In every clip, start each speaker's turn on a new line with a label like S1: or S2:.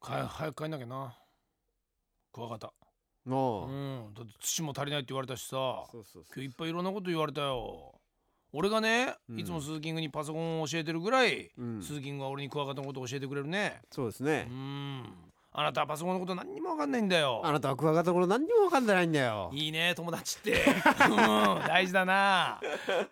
S1: か早く帰んなきゃなクワガタう
S2: もうん
S1: だって土も足りないって言われたしさ
S2: そうそう
S1: 今
S2: そう
S1: 日いっぱいいろんなこと言われたよ俺がね、
S2: うん
S1: いつもスズキングにパソコンを教えてるぐらい、
S2: うん
S1: スズキングは俺にクワガタのことを教えてくれるね
S2: そうです
S1: う
S2: ね
S1: んあなたはパソコンのこと何にも分かんないんだよ
S2: あなたはクワガタのこと何にも分かんでないんだよ
S1: いいね友達ってうん大事だな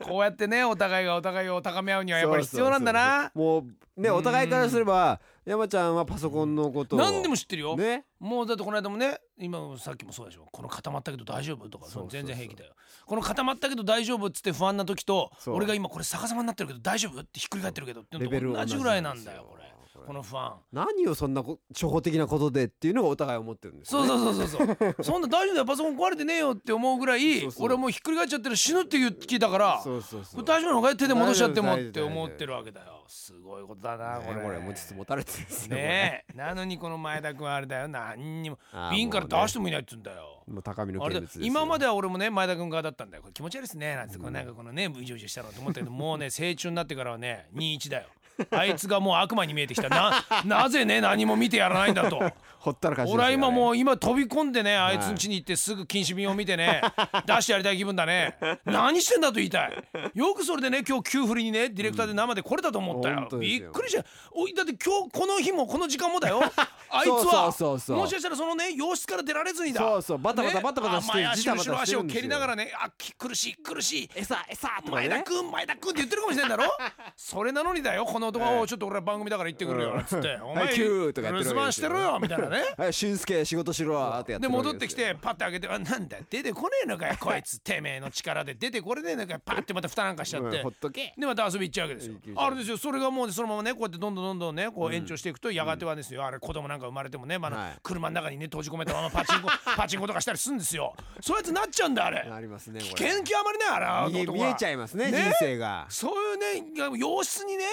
S1: こうやってねお互いがお互いを高め合うにはやっぱり必要なんだな
S2: そうそうそうもうね
S1: うん
S2: お互いからすれば山ちゃんはパソコンのことを
S1: 何でも知ってるよ、
S2: ね
S1: もうだってこの間もね今もさっきもそうでしょこの固まったけど大丈夫とか
S2: そうそうそう
S1: 全然平気だよこの固まったけど大丈夫っつって不安な時と
S2: そう
S1: 俺が今これ逆さまになってるけど大丈夫ってひっくり返ってるけどっていう
S2: レ
S1: のと
S2: ベル
S1: 同じぐらいなんだよ
S2: 同
S1: これ
S2: じんですよ
S1: この不安
S2: 何をそんなこ初歩的なことでっていうのがお互い思ってるんですよ
S1: そう
S2: ね
S1: そうそうそうそうそんな大丈夫だよパソコン壊れてねえよって思うぐらい
S2: そうそう
S1: 俺もうひっくり返っちゃってる死ぬっていう聞いたからこ
S2: そうそうそ
S1: れ
S2: う
S1: 大丈夫なのかよ手で戻しちゃってもっ
S2: 大丈夫大
S1: て
S2: 丈夫
S1: 思ってるわけだよすごいことだな
S2: ね
S1: これ
S2: これ持ちつ持たれてですよ
S1: ねえなのにこの前田君あれだよ何にも
S2: あー
S1: 瓶から出して
S2: も
S1: もいないって言うんだよ
S2: うねもう高みの
S1: あ
S2: 見
S1: れ
S2: 物
S1: だ
S2: ですよ
S1: 今までは俺もね前田君側だったんだよこれ気持ち悪いですねなんつって、こうなんかこのねうじうじしたのと思ったけどもうね成虫になってからはね21だよ あいつがもう悪魔に見えてきたななぜね何も見てやらないんだと
S2: ほったらかしですよ
S1: 俺は今も
S2: あ
S1: う今飛び込んでねあいつん家に行ってすぐ禁止瓶を見て ね出してやりたい気分だね何してんだと言いたいよくそれでね今日急振りにねディレクターで生で来れたと思った
S2: 本
S1: よ,、
S2: 当です
S1: び
S2: よ
S1: っくりしたおいだって今日この日もこの時間もだよあいつは
S2: そうそうそうそう
S1: もしかしたらそのね洋室から出られずにだ
S2: そうそうバタバタバタバタして
S1: ね、甘い足
S2: ジタバタ
S1: 後ろ
S2: して
S1: 足
S2: る
S1: を
S2: んですよ
S1: 蹴りながらねあき苦しい苦しい
S2: れ餌餌とか
S1: 前田
S2: ね
S1: 君前田君って言ってるかもしれないだろ それなのにだよこの男はおうちょっと俺は番組だから行ってくるよ
S2: うん
S1: っつって「お
S2: は
S1: 前
S2: いキューとかやっ
S1: 留
S2: てるわけですよ
S1: 守番してろよ」みたいなね
S2: はい俊介仕事しろーってやって
S1: で
S2: るわけ
S1: 戻ってき
S2: すよ
S1: てパッて開けて「あなんだ出てこねえのか よこいつてめえの力で出てこれねえのかよ」パッてまた蓋なんかしちゃっ
S2: う
S1: て
S2: んほっとけ
S1: でまた遊び行っちゃうわけですよ
S2: 行き。ましょう
S1: あれですよそれがもうそのままねこうやってどんどんどんどんねこう延長していくとやがてはですよあれ子供なんか生まれてもねま
S2: は
S1: だ
S2: い
S1: 車の中にね閉じ込めたままパ チンコパチンコとかしたりするんですよ。そういうやつなっちゃうんだあれ。
S2: ありますねこれ
S1: 危険極まりねあれ
S2: 見え
S1: 男
S2: 見
S1: は
S2: えちゃいますね
S1: ね
S2: 人生が
S1: そういうね洋室にね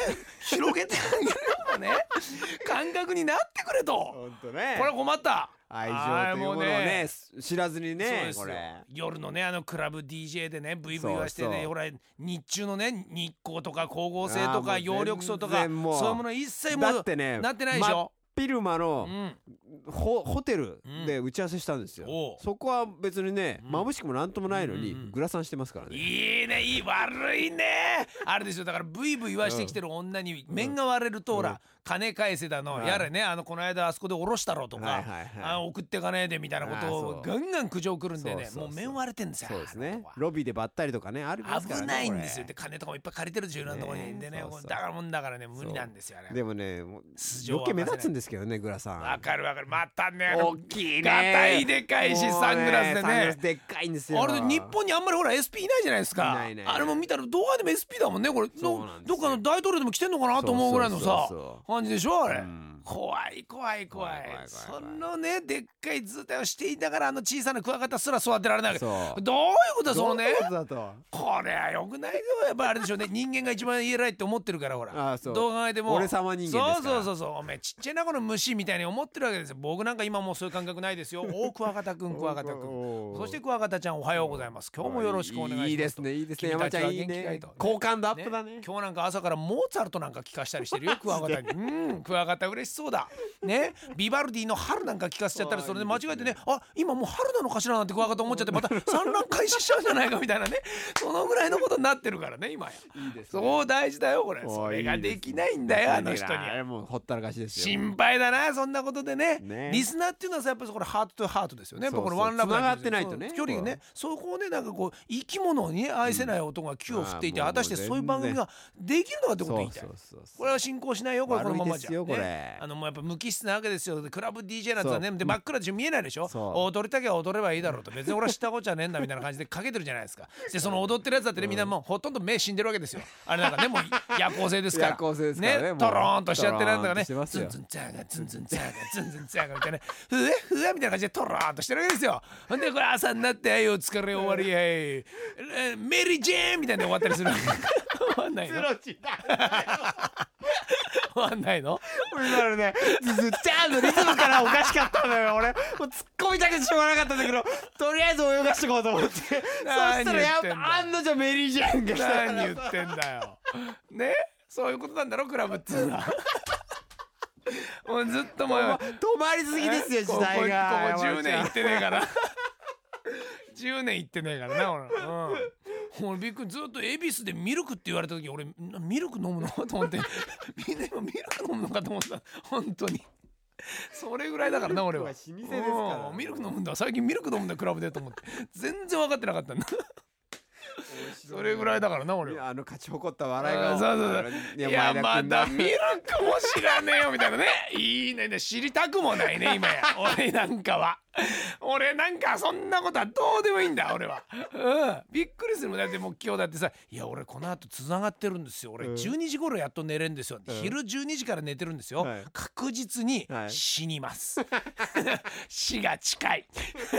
S1: 広げてあげるようなね 感覚になってくれと。
S2: 本当ね
S1: これは困った。
S2: 愛情というものを
S1: あーもう
S2: ね知らずに
S1: そう
S2: ね
S1: ですよ
S2: これ
S1: 夜のねあのクラブ DJ でねブイブイはして
S2: そうそ
S1: ね
S2: う
S1: ほら日中のね日光とか光合成と
S2: あ
S1: か
S2: ーもう
S1: 葉緑素とかそうい
S2: 全然もう
S1: うもの一切もう
S2: だってね
S1: なってないでしょ、
S2: 真っ昼間の
S1: うん、
S2: ホホテルで打ち合わせしたんですよ
S1: うんおう
S2: そこは別にね眩しくもなんともないの
S1: う
S2: に
S1: んうんうん
S2: グラサンしてますからね
S1: いいねいい悪いねあれですよだからブイブイはしてきてる女に面が割れるとほら、
S2: うん
S1: 金返せだの、
S2: はい
S1: やれねあのこの間あそこで下ろしたろとか、
S2: はいはいはい
S1: あ送ってかねえでみたいなことを
S2: あーそ
S1: ガンガン苦情くるんでね
S2: そうそうそう
S1: もう面割れてんですよ
S2: そうです
S1: あの
S2: ね
S1: 子は
S2: ロビーでばったりとかねありますからね
S1: 危ないんですよ
S2: こ
S1: で
S2: れ
S1: 金とかもいっぱい借りてるでしょいろんなところに
S2: ね
S1: でね
S2: そうそう
S1: だからもんだからね無理なんですよね
S2: でもねもう
S1: 素性は
S2: 余計目立つんですけどねグラサン
S1: わかるわかるまたね
S2: 大きいね
S1: ガタイでかいし
S2: もう
S1: サングラスで
S2: サングラ
S1: ね
S2: スでっかいんですよ
S1: あれで日本にあんまりほら SP いないじゃないですか
S2: いないいない
S1: あれも見たら動画でも SP だもんねこれ
S2: そう
S1: ど
S2: なんです
S1: ど
S2: よ
S1: っかの大統領でも来てんのかなと思うぐらいのさ
S2: そうそうそう
S1: 感じでしょあれ
S2: うん
S1: 怖い怖い怖い
S2: 怖い怖い
S1: そ
S2: 怖い
S1: のねでっかい図体をしていながらあの小さなクワガタすら育てられないわけ
S2: そう
S1: どういうことだそのね
S2: どういうことだと
S1: これはよくないよやっぱあれでしょう ね人間が一番偉いって思ってるからほら
S2: あーそう
S1: どう考えても
S2: 俺様人間ですから
S1: そうそうそうそうおめえちっちゃいなこの虫みたいに思ってるわけですよ僕なんか今もうそういう感覚ないですよおークワガタくんクワガタく
S2: お
S1: ん
S2: ー
S1: そしてクワガタちゃんおはようございます今日もよろしくお願いします
S2: いいですねいいですね
S1: 君
S2: 山
S1: た
S2: ちゃ
S1: は
S2: んいい
S1: 元気か
S2: ね
S1: と
S2: 好感度アップだね
S1: 今日なんか朝からモーツァルトなんか聞かしたりしてる よクワガタにうんクワガタ嬉しそうだねビバルディの春なんか聞かせちゃったらそれで間違えてねあ今もう春なのかしらなんてクワガタ思っちゃって また産卵開始しちゃうんじゃないかみたいなねそのぐらいのことになってるからね今や
S2: いいですね
S1: そう大事だよこれ
S2: おー
S1: それができないん
S2: い
S1: だ
S2: い
S1: よあの
S2: ですね
S1: 人に
S2: あ
S1: は
S2: れもうほったらかしですよ
S1: 心配だなそんなことでね
S2: ね
S1: リスナーっていうのはさやっぱりこれハートとハートですよねやっぱこれ
S2: そうそう
S1: ワンラブんですよ
S2: 繋がってないとね
S1: そう距離がねそこをねなんかこう生き物をね愛せない男が球を振っていて
S2: うんあー
S1: 果たして
S2: もう
S1: そういう番組ができるのかってことを
S2: そ
S1: 言いうたい
S2: そうそうそう
S1: これは進行しないよこれこのまま
S2: 悪い
S1: じ
S2: で
S1: ゃ、
S2: すよこれ
S1: ね、あのもうやっぱ無機質なわけですよでクラブ DJ なんてのはね
S2: そう
S1: で真っ暗でしょ見えないでしょ
S2: そう
S1: 踊りたきゃ踊ればいいだろうと別に俺は知ったことじゃねえんだみたいな感じでかけてるじゃないですかでその踊ってるやつだってねみんなもうほとんど目死んでるわけですよあれなんかねもう夜行性ですから
S2: 夜行性ですからねもう
S1: トローンとしちゃってなんだかね
S2: トローンとしてます
S1: ツンツ
S2: よ
S1: ンツンがツンツンツンがツンツンツンがみたいなふえふえみたいな感じでトローンとしてるわけですよほんでこれ朝になってはいお疲れ終わりはいえメリージェーンみたいなの終わったりするわけ終わんないの終わんないの
S2: 今のね、ずずっちゃーのリズムからおかしかったのよ。俺、もう突っ込みたくてしょうがなかったんだけど、とりあえず泳がしてこうと思って。そしたらやっぱ、案の定メリージャンが来たから
S1: 何 言ってんだよ。ねそういうことなんだろクラブっつうのは。もうずっとも
S2: 止ま
S1: う
S2: 止まりすぎですよ時代
S1: こ
S2: が
S1: こここ10年行
S2: 山
S1: っ
S2: ち
S1: てねえから10年行ってねえからな俺、うん、俺びっくりずっと恵比寿でミルクって言われた時俺なミルク飲むのと思ってみんな今ミルク飲むのかと思った本当にそれぐらいだからな俺は
S2: ミルクは老舗ですから
S1: うんミルク飲むんだ最近ミルク飲むんだクラブでと思って全然分かってなかったんだ
S2: ゃん面白
S1: それぐらいだからな俺
S2: い
S1: は。
S2: やあの勝ち誇った笑いが
S1: そうそう
S2: い
S1: そ
S2: や
S1: ういや
S2: 前田
S1: ま
S2: 君な
S1: だミルクも知らねえよみたいなね いいねね知りたくもない ね今や俺なんかは俺なんかそんなことはどうでもいいんだ俺は、うん、びっくりするもんだってもう今日だってさ「いや俺この後つながってるんですよ俺
S2: うん
S1: 12時頃やっと寝れるんですよ、
S2: うん
S1: 昼12時から寝てるんですよ、
S2: はい
S1: 確実に
S2: はい
S1: 死にます、 死が近い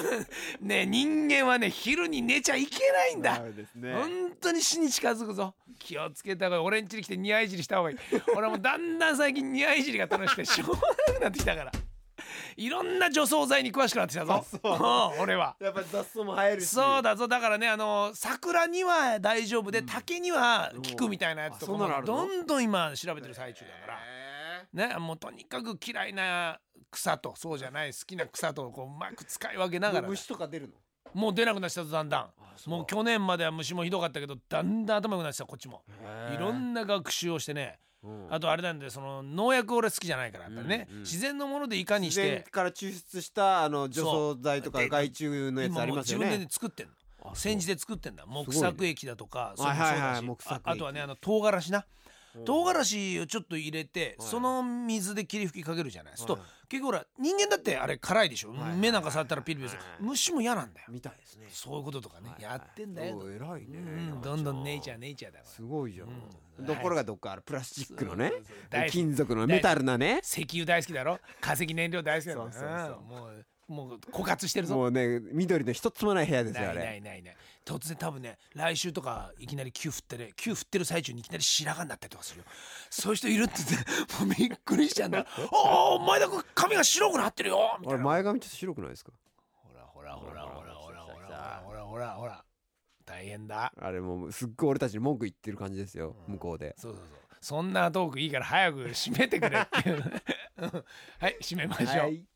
S1: ね人間はね昼に寝ちゃいけないんだ、
S2: そうですね
S1: 本当に死に近づくぞ気をつけた方がいい俺ん家に来て似合い尻した方がいい俺もだんだん最近似合い尻が楽しくてしょうがなくなってきたからいろんな除草剤に詳しくなってきたぞうん俺は
S2: やっぱ雑草も生えるし
S1: そうだぞだからねあの桜には大丈夫で竹には効くみたいなやつとか
S2: うんあそんなのあ
S1: も
S2: るの
S1: どんどん今調べてる最中だから。
S2: へ
S1: ね、もうとにかく嫌いな草とそうじゃない好きな草とこううまく使い分けな
S2: ー
S1: がらね
S2: 虫とか出るの
S1: もう出なくなっちゃったぞだんだん
S2: そう
S1: もう去年までは虫もひどかったけどだんだん頭良くなってきたこっちもいろんな学習をしてね
S2: うん
S1: あとあれなんでその農薬俺好きじゃないからやっぱりね、
S2: うんうん
S1: 自然のものでいかにし
S2: 自然
S1: て
S2: から抽出したあの除草剤とか
S1: そう
S2: 害虫のやつあ
S1: 今
S2: り
S1: もう
S2: ます
S1: 自
S2: よ
S1: 分で
S2: ね
S1: ね作ってんの
S2: あ
S1: 煎じで作ってんだ木
S2: すご
S1: 作液だとかそう
S2: はいはいはい
S1: そう
S2: 木
S1: だしあ
S2: 作
S1: あ
S2: 液
S1: とはねあの唐辛子な唐辛子をちょっと入れて、
S2: はい
S1: その水で霧吹きかけるじゃない、そうすると
S2: はい
S1: 結構ほら人間だってあれ辛いでしょ、
S2: はいはい
S1: 目なんか触ったらピリピリする、
S2: はい
S1: 虫も嫌なんだよ
S2: みたいですね
S1: そういうこととかね、
S2: はい
S1: やってんだよ、
S2: おー偉いね
S1: うん、どんどんネイチャーネイチャーだから
S2: すごいじゃん
S1: うん
S2: ところがどっかあるプラスチックのね
S1: そうそうそう大好き
S2: 金属のメタルなね
S1: 石油大好きだろ化石燃料大好きだろ
S2: そうそうそう
S1: うんもうもう枯渇してるぞ
S2: もうね緑の一つもない部屋ですよ
S1: な
S2: あ
S1: いな
S2: れ
S1: いないない突然多分ね来週とかいきなり急振ってね急振ってる最中にいきなり白髪になったりとかするよそういう人いるって言ってもう びっくりしちゃ うんだよああ前田君髪が白くなってるよみた
S2: あ
S1: い
S2: れ
S1: な
S2: 前髪ちょっと白くないですか
S1: ほらほらほらほらほらほらほらほらほらほら大変だ
S2: あれもうすっごい俺たちに文句言ってる感じですよ向こうで
S1: そうそうそう そんなトークいいから早く締めてくれっていううんはい締めましょう、
S2: はい